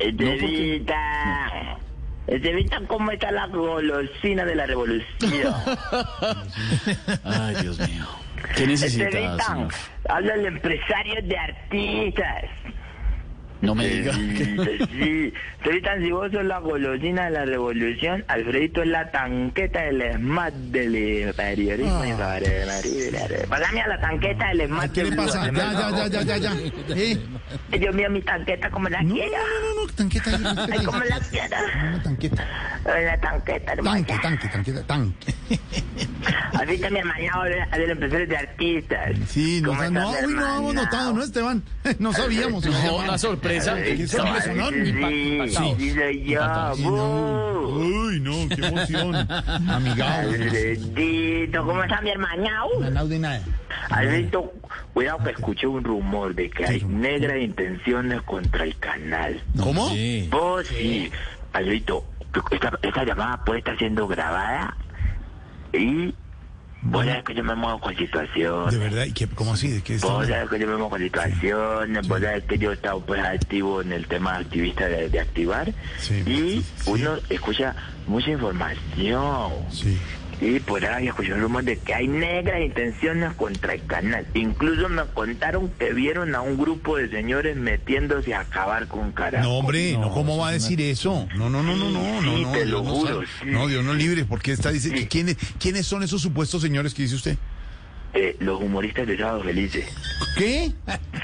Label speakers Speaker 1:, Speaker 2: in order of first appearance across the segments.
Speaker 1: ¡Eterita! ¡Eterita, cómo está la golosina de la revolución!
Speaker 2: Ay, Dios mío. ¿Qué necesita,
Speaker 1: ¡Eterita!
Speaker 2: señor?
Speaker 1: Habla el empresario de artistas.
Speaker 2: No
Speaker 1: Eh,
Speaker 2: me diga.
Speaker 1: Eterita, sí. Eterita, si vos sos la golosina de la revolución, Alfredito es la tanqueta del esmat del imperialismo. Pásame a la tanqueta del esmat
Speaker 3: Ah. ¿Qué le pasa? Ya, ya, ya, ya, ya, ya. Eh,
Speaker 1: Dios mío, mi tanqueta como la
Speaker 3: no, no,
Speaker 1: quiera.
Speaker 3: no, no, no, tanqueta.
Speaker 1: Ay, como la
Speaker 3: tanqueta.
Speaker 1: quiera.
Speaker 3: Tanqueta,
Speaker 1: La tanqueta, hermano.
Speaker 3: tanque, tanque, tanqueta, tanque.
Speaker 1: Así que mi hermana ahora a los empresarios de artistas.
Speaker 3: Sí, nos
Speaker 1: ¿Cómo
Speaker 3: han, no,
Speaker 1: estás,
Speaker 3: uy, no
Speaker 1: hermana?
Speaker 3: habíamos notado, ¿no, Esteban? No sabíamos.
Speaker 2: No, la sorpresa.
Speaker 1: Eh,
Speaker 3: ¿Qué se me sonaron?
Speaker 1: Sí,
Speaker 2: impactado.
Speaker 1: sí, soy yo.
Speaker 3: Sí, no.
Speaker 1: Bu.
Speaker 3: Uy, no, qué emoción. Amigado.
Speaker 1: Alfredito, ¿cómo está mi hermana? Uh.
Speaker 3: No de nada.
Speaker 1: Alfredito, cuidado que escuché un rumor de que hay negras intenciones contra el canal.
Speaker 3: ¿Cómo?
Speaker 1: Vos sí. Alfredito, esta, esta llamada puede estar siendo grabada y... Vos sabés que yo me muevo con situación.
Speaker 3: De verdad, ¿y qué, ¿cómo así? ¿De qué
Speaker 1: Vos
Speaker 3: está?
Speaker 1: sabés que yo me muevo con situaciones, vos sabés que yo he estado pues activo en el tema activista de, de activar
Speaker 3: Sí,
Speaker 1: y
Speaker 3: sí, sí.
Speaker 1: uno escucha mucha información
Speaker 3: Sí.
Speaker 1: y por ahí escuché un rumor de que hay negras intenciones contra el canal. Incluso me contaron que vieron a un grupo de señores metiéndose a acabar con carajo.
Speaker 3: No, hombre, no, ¿cómo va a decir eso? No, no, no, no, no, no,
Speaker 1: Sí,
Speaker 3: no.
Speaker 1: te
Speaker 3: Dios
Speaker 1: lo
Speaker 3: no
Speaker 1: juro,
Speaker 3: sabe.
Speaker 1: sí.
Speaker 3: No, Dios no libre, porque está dice,
Speaker 1: Sí.
Speaker 3: ¿quiénes, ¿quiénes son esos supuestos señores que dice usted?
Speaker 1: Eh, los humoristas de Sábado Felices.
Speaker 3: ¿Qué?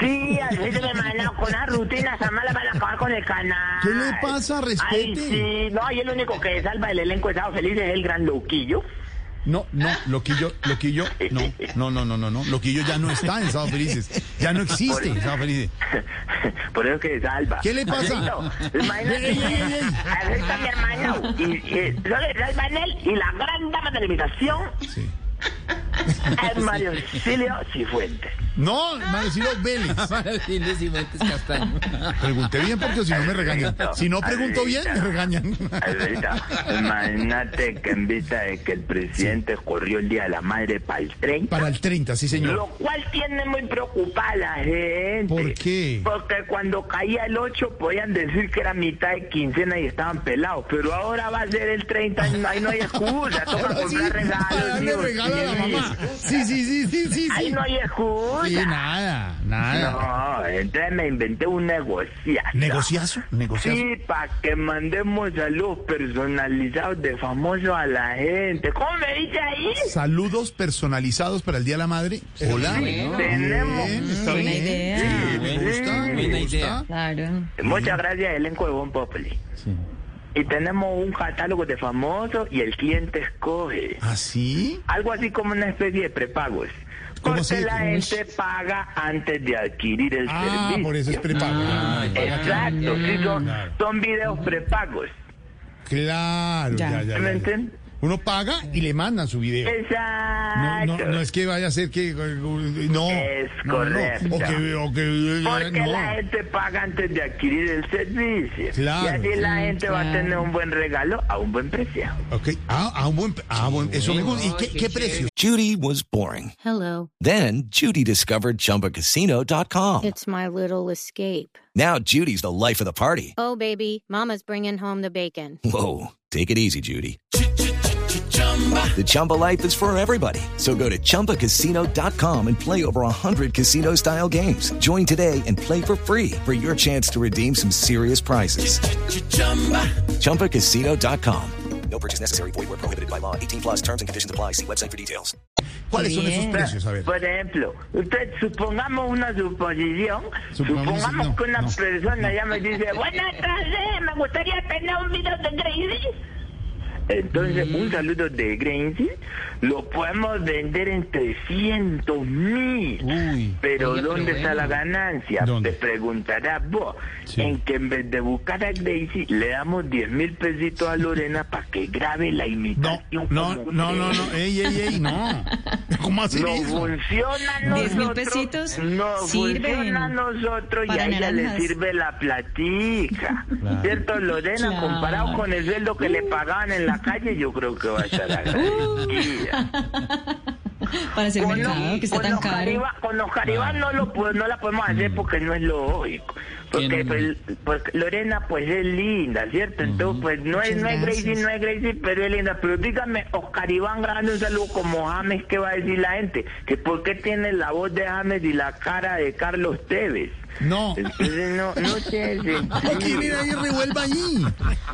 Speaker 1: Sí, al fin me mandaron con las rutinas a mala para acabar con el canal.
Speaker 3: ¿Qué le pasa?
Speaker 1: Ay,
Speaker 3: Respete.
Speaker 1: sí, no, y el único que salva el elenco de Estado Feliz es el gran loquillo.
Speaker 3: No, no, Loquillo, Loquillo, no, no, no, no, no, no. Loquillo ya no está en Sábado Felices. Ya no existe en Sábado Felices.
Speaker 1: Por eso es que salva.
Speaker 3: ¿Qué le pasa?
Speaker 1: Alfredito, Imagínate,
Speaker 3: Ey, ey, ey, ey.
Speaker 1: Alfredito, mi hermano. Y, y lo que salva en él y la gran dama de la invitación
Speaker 3: Sí.
Speaker 1: es Mario Silio Cifuentes.
Speaker 3: No, Marcelo Vélez. Pregunté bien porque si no me regañan. Si no pregunto bien, me regañan.
Speaker 1: Alfredito, imagínate que en vista de que el presidente corrió el Día de la Madre para el 30.
Speaker 3: Para el 30, sí, señor.
Speaker 1: Lo cual tiene muy preocupada a la gente.
Speaker 3: ¿Por qué?
Speaker 1: Porque cuando caía el 8 podían decir que era mitad de quincena y estaban pelados. Pero ahora va a ser el 30, y no- ahí no hay excusa. Toca
Speaker 3: Ahora sí,
Speaker 1: comprar regalos.
Speaker 3: a darle
Speaker 1: Dios
Speaker 3: regalo a la
Speaker 1: mío.
Speaker 3: mamá. Sí, sí, sí, sí, sí.
Speaker 1: Ahí
Speaker 3: sí.
Speaker 1: no hay excusa.
Speaker 3: Sí, nada, nada.
Speaker 1: no, entonces me inventé un negocio.
Speaker 3: ¿Negociazo? ¿Negociazo?
Speaker 1: Sí, para que mandemos saludos personalizados de famosos a la gente. ¿Cómo me dice ahí?
Speaker 3: Saludos personalizados para el Día de la Madre. Hola.
Speaker 1: Tenemos.
Speaker 3: Bien, está
Speaker 4: Buena
Speaker 3: bien.
Speaker 4: idea.
Speaker 3: Sí, me
Speaker 1: Buena
Speaker 3: gusta, me
Speaker 5: idea.
Speaker 3: gusta.
Speaker 4: Claro.
Speaker 1: Muchas gracias, elenco de Bon Populi. Y tenemos un catálogo de famosos y el cliente escoge.
Speaker 3: ¿Ah, ¿Así?
Speaker 1: Algo así como una especie de prepagos.
Speaker 3: ¿Cómo
Speaker 1: Porque
Speaker 3: así?
Speaker 1: la gente paga antes de adquirir el
Speaker 3: Ah,
Speaker 1: servicio.
Speaker 3: por eso es prepago. Ah,
Speaker 1: Exacto, sí, son, son videos prepagos.
Speaker 3: Claro, ya,
Speaker 4: Ya.
Speaker 3: ya. ya,
Speaker 1: ¿Me
Speaker 3: ya.
Speaker 1: entienden?
Speaker 3: Uno paga y le mandan su video. No,
Speaker 1: Exacto.
Speaker 3: no, no es que vaya a ser que. No.
Speaker 1: Es
Speaker 3: no, no, no.
Speaker 1: correcto.
Speaker 3: O que. O que
Speaker 1: Porque
Speaker 3: no.
Speaker 1: la gente paga antes de adquirir el servicio.
Speaker 3: Claro.
Speaker 1: Y así la
Speaker 4: Sí,
Speaker 1: gente va a
Speaker 4: claro.
Speaker 1: tener un buen regalo a un buen precio.
Speaker 3: Ok. Ah, ah, un buen. Ah, buen. Eso me gusta. ¿Y qué, qué precio?
Speaker 6: Judy was boring.
Speaker 7: Hello,
Speaker 6: Then Judy discovered ChumbaCasino.com.
Speaker 7: it's my little escape.
Speaker 6: Now Judy's the life of the party.
Speaker 7: Oh, baby, Mama's bringing home the bacon.
Speaker 6: Whoa, take it easy, Judy. The Chumba life is for everybody. So go to ChumbaCasino.com and play over 100 casino style games. Join today and play for free for your chance to redeem some serious prizes. ChumbaCasino.com. No purchase necessary. Void where prohibited by law. 18 plus terms and conditions apply. See website for details.
Speaker 3: ¿Cuáles son esos
Speaker 4: Bien.
Speaker 3: precios? A ver.
Speaker 1: Por ejemplo, usted supongamos una suposición, supongamos,
Speaker 3: Supongamos- no,
Speaker 1: que una
Speaker 3: no,
Speaker 1: persona
Speaker 3: no.
Speaker 1: ya me dice, buenas tardes, me gustaría tener un video de Crazy. Entonces, un
Speaker 3: Mm.
Speaker 1: saludo de Grenzy lo podemos vender en 300
Speaker 3: Uy.
Speaker 1: mil. Pero
Speaker 4: Oye,
Speaker 1: ¿dónde
Speaker 4: pero
Speaker 1: está la ganancia?
Speaker 3: ¿Dónde?
Speaker 1: Te preguntarás vos.
Speaker 3: Sí.
Speaker 1: En que en vez de buscar a Gracie, le damos 10 mil pesitos a Lorena para que grabe la
Speaker 3: No,
Speaker 1: imitación.
Speaker 3: no,
Speaker 1: como
Speaker 3: no, no, no.
Speaker 1: usted.
Speaker 3: Ey, ey, ey, no. ¿Cómo hacer
Speaker 1: No
Speaker 3: eso?
Speaker 1: funciona a
Speaker 4: 10.000
Speaker 1: nosotros.
Speaker 4: pesitos
Speaker 1: No
Speaker 4: sirven
Speaker 1: funciona a nosotros y
Speaker 4: para
Speaker 1: a ella le
Speaker 4: naranjas.
Speaker 1: sirve la platica.
Speaker 3: Claro.
Speaker 1: ¿Cierto, Lorena?
Speaker 4: Claro. Uh.
Speaker 1: Comparado con el sueldo que le pagaban en la calle, yo creo que va a estar agradecida.
Speaker 4: Para hacer
Speaker 1: Con
Speaker 4: mercado,
Speaker 1: los-
Speaker 4: que está
Speaker 1: con
Speaker 4: tan
Speaker 1: los
Speaker 4: caro.
Speaker 1: jariba- Con los
Speaker 3: Ah.
Speaker 1: jaribas no, lo, po- no la podemos
Speaker 3: Mm.
Speaker 1: hacer porque no es lógico. Porque,
Speaker 2: Tiene-
Speaker 1: pues, porque Lorena pues es linda, ¿cierto? Entonces pues no es,
Speaker 4: Muchas
Speaker 1: no es Gracie,
Speaker 4: gracias.
Speaker 1: no es Gracie, pero es linda. Pero dígame, Oscar Iván grabando un saludo como James, ¿qué va a decir la gente? Que por qué tiene la voz de James y la cara de Carlos Tevez.
Speaker 3: No.
Speaker 1: Entonces no, no tiene
Speaker 3: ¿Por qué
Speaker 1: sentido.
Speaker 3: mira ahí revuelva ahí?
Speaker 1: No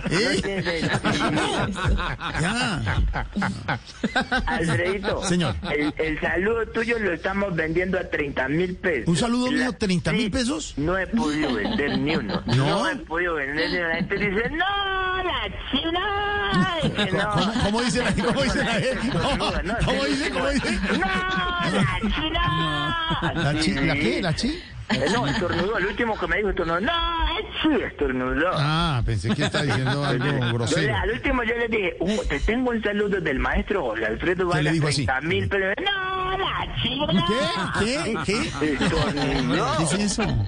Speaker 3: ¿Eh?
Speaker 1: tiene sentido.
Speaker 3: Ya.
Speaker 1: Alfredito,
Speaker 3: Señor.
Speaker 1: El, el saludo tuyo lo estamos vendiendo a 30 mil pesos.
Speaker 3: ¿Un saludo mío, 30 mil
Speaker 1: sí,
Speaker 3: pesos?
Speaker 1: No he podido vender ni uno.
Speaker 3: ¿No?
Speaker 1: he podido vender ni uno. La gente dice, no, la china. y que no.
Speaker 3: ¿Cómo, cómo dice la ¿Cómo dice la E? ¿Cómo,
Speaker 1: No, no,
Speaker 3: cómo
Speaker 1: sí,
Speaker 3: dice? ¿Cómo dice?
Speaker 1: No, la china.
Speaker 3: ¿La, chi,
Speaker 1: Sí.
Speaker 3: ¿La qué? ¿La chi?
Speaker 1: Eh, No, estornudó. El último que me dijo estornudó. No, es sí, estornudó.
Speaker 3: Ah, pensé que estaba diciendo algo
Speaker 1: Yo le-
Speaker 3: grosero.
Speaker 1: al último yo le dije, "Uh, te tengo un saludo del maestro Jorge Alfredo
Speaker 3: ¿Qué le
Speaker 1: Vargas,
Speaker 3: dijo así?
Speaker 1: 30 mil, pero no, la chica.
Speaker 3: ¿Qué? ¿Qué? ¿Qué?
Speaker 1: Estornudó.
Speaker 3: ¿Qué es eso?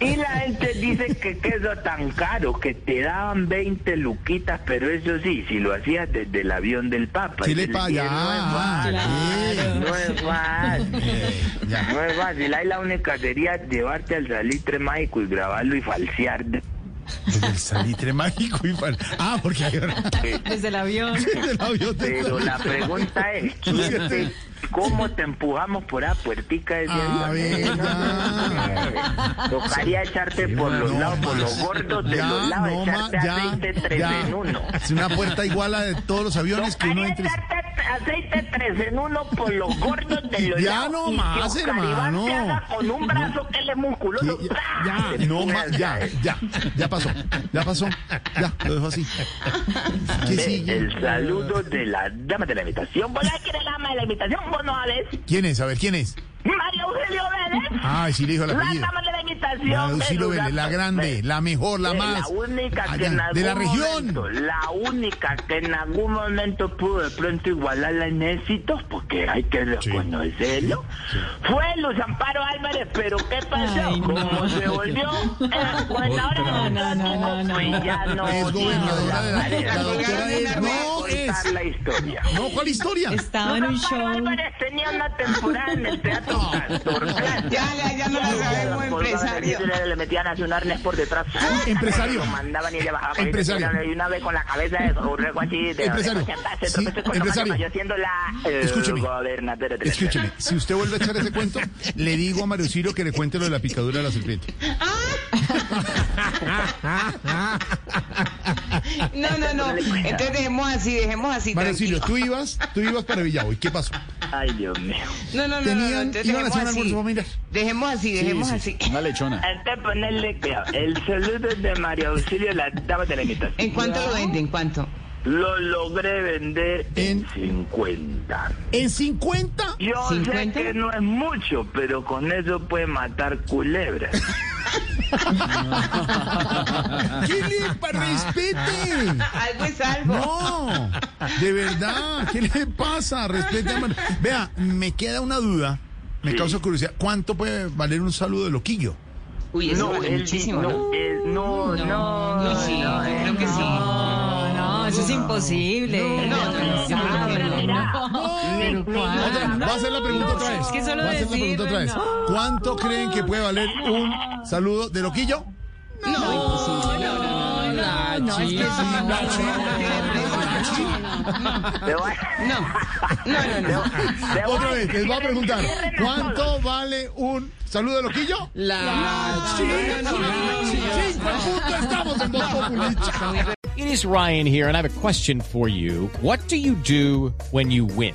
Speaker 1: Y la gente dice que queso tan caro, que te daban 20 luquitas, pero eso sí, si lo hacías desde el avión del Papa.
Speaker 3: ¿Qué
Speaker 1: Y
Speaker 3: le
Speaker 1: yo
Speaker 3: paga?
Speaker 1: dije,
Speaker 3: Claro.
Speaker 1: No es fácil, no es fácil.
Speaker 3: Eh, Ya.
Speaker 1: No es fácil, ahí la única sería llevarte al salitre mágico y grabarlo y falsear. de-
Speaker 3: El salitre mágico y fal- Ah, porque hay ahora
Speaker 4: Desde el avión.
Speaker 3: el avión de-
Speaker 1: Pero la pregunta es, ¿este ¿quién te- ¿cómo te empujamos por la puertica de ese
Speaker 3: A
Speaker 1: avión?
Speaker 3: ver,
Speaker 1: No, Tocaría echarte por los
Speaker 3: No,
Speaker 1: lados, por los
Speaker 3: más.
Speaker 1: gordos de
Speaker 3: Ya,
Speaker 1: los lados,
Speaker 3: no, más,
Speaker 1: echarte
Speaker 3: ya,
Speaker 1: aceite tres
Speaker 3: ya.
Speaker 1: en uno.
Speaker 3: Es una puerta igual a de todos los aviones que uno
Speaker 1: Tocaría
Speaker 3: entre.
Speaker 1: echarte aceite tres en uno por los gordos de los
Speaker 3: Ya
Speaker 1: lados
Speaker 3: no
Speaker 1: y que
Speaker 3: más,
Speaker 1: Oscar Iván
Speaker 3: hermano.
Speaker 1: te haga Con un brazo que él es musculoso.
Speaker 3: Sí,
Speaker 1: ¡tra!
Speaker 3: Ya, ya, no más, ya, ya, ya pasó, ya pasó, ya, lo dejo así. ¿Qué sigue?
Speaker 1: El saludo de la dama de la invitación. ¿Vos sabés quién es la dama de la invitación? Vos no sabés.
Speaker 3: ¿Quién es? A ver, ¿quién es?
Speaker 1: María Auxilio Vélez.
Speaker 3: Ah, sí le dijo el apellido.
Speaker 1: La dama de la invitación.
Speaker 3: La Lucilo Vélez, la grande, la mejor, la
Speaker 1: Eh,
Speaker 3: más.
Speaker 1: La única que en
Speaker 3: allá,
Speaker 1: algún
Speaker 3: De la región.
Speaker 1: momento, la única que en algún momento pudo de pronto igualarla en éxitos, porque hay que reconocerlo, fue Luz Amparo Álvarez, pero ¿qué pasó?
Speaker 4: Ay, no.
Speaker 1: Como se volvió eh, gobernadora
Speaker 4: No, no, no,
Speaker 1: democrático,
Speaker 4: no,
Speaker 1: pues
Speaker 4: no.
Speaker 1: ya no.
Speaker 3: Es gobernadora de la-
Speaker 1: Álvarez,
Speaker 3: la doctora es-
Speaker 1: voy a
Speaker 3: no
Speaker 1: contar
Speaker 3: es.
Speaker 1: la historia.
Speaker 3: No, ¿cuál historia?
Speaker 4: Estaba en un
Speaker 1: Luz Amparo
Speaker 4: show.
Speaker 1: Álvarez tenía una temporada en el teatro Castor
Speaker 8: Ya, ya, ya no la sabemos, empresario.
Speaker 1: le, le metían a un arnés por detrás.
Speaker 3: Ah, Empresario.
Speaker 1: Lo mandaban y le bajaban.
Speaker 3: Empresario.
Speaker 1: Y una vez con la cabeza de borrego así. De
Speaker 3: Empresario.
Speaker 1: Se
Speaker 3: Sí,
Speaker 1: tropezó con la
Speaker 3: empresario.
Speaker 1: mano, Yo siendo la eh,
Speaker 3: Escúcheme.
Speaker 1: gobernadora de la-
Speaker 3: Escúcheme, si usted vuelve a echar ese cuento, le digo a Mario Ciro que le cuente lo de la picadura de la serpiente.
Speaker 8: No, no, no. Entonces dejemos así, dejemos así.
Speaker 3: Mario
Speaker 8: tranquilo.
Speaker 3: Ciro, tú ibas, tú ibas para Villavo, ¿y qué pasó?
Speaker 1: Ay, Dios mío.
Speaker 8: No, no, no, no, no.
Speaker 3: Tenían,
Speaker 8: Entonces
Speaker 3: iban a
Speaker 8: dejemos
Speaker 3: hacer un
Speaker 8: así.
Speaker 3: almuerzo familiar.
Speaker 8: Dejemos así, dejemos
Speaker 2: Sí, sí,
Speaker 8: así.
Speaker 2: Una lechona.
Speaker 1: Antes de ponerle cuidado, el saludo de María Auxilio la daba de la mitad.
Speaker 8: ¿En cuánto lo venden? ¿En cuánto?
Speaker 1: Lo logré vender en
Speaker 3: En-
Speaker 1: 50.
Speaker 3: En 50
Speaker 1: Yo sé
Speaker 8: 50?
Speaker 1: que no es mucho, pero con eso puede matar culebras.
Speaker 3: ¿Qué le pa- respete?
Speaker 8: Algo es algo.
Speaker 3: No, de verdad, ¿qué le pasa? Respete a Mario. Vea, me queda una duda, me causa curiosidad. ¿Cuánto puede valer un saludo de loquillo?
Speaker 8: Uy, eso
Speaker 1: No,
Speaker 8: vale
Speaker 1: él
Speaker 8: muchísimo.
Speaker 1: di-
Speaker 8: ¿no?
Speaker 1: no, él- no, no,
Speaker 8: Uy, sí,
Speaker 1: no,
Speaker 8: yo creo
Speaker 1: él-
Speaker 8: que sí.
Speaker 4: No, no, eso es imposible.
Speaker 8: no, no,
Speaker 4: Inalcanzable,
Speaker 1: no.
Speaker 4: no.
Speaker 1: Ni-
Speaker 4: Pero
Speaker 1: ni-
Speaker 4: ¿cuál?
Speaker 3: Otra vez, va a hacer la pregunta otra vez.
Speaker 4: Es que solo
Speaker 3: va a hacer la pregunta otra vez.
Speaker 4: decirlo,
Speaker 3: ¿Cuánto creen que puede valer un saludo de loquillo?
Speaker 4: No, no, es que
Speaker 1: Te voy-
Speaker 8: No, no, no, no.
Speaker 1: te voy-
Speaker 3: Otra vez, les va a preguntar,
Speaker 1: Cierren a todos.
Speaker 3: ¿cuánto vale un saludo de loquillo?
Speaker 8: La
Speaker 3: Cinco en punto estamos en Voz Populi. Chao.
Speaker 5: It is Ryan here, and I have a question for you. What do you do when you win?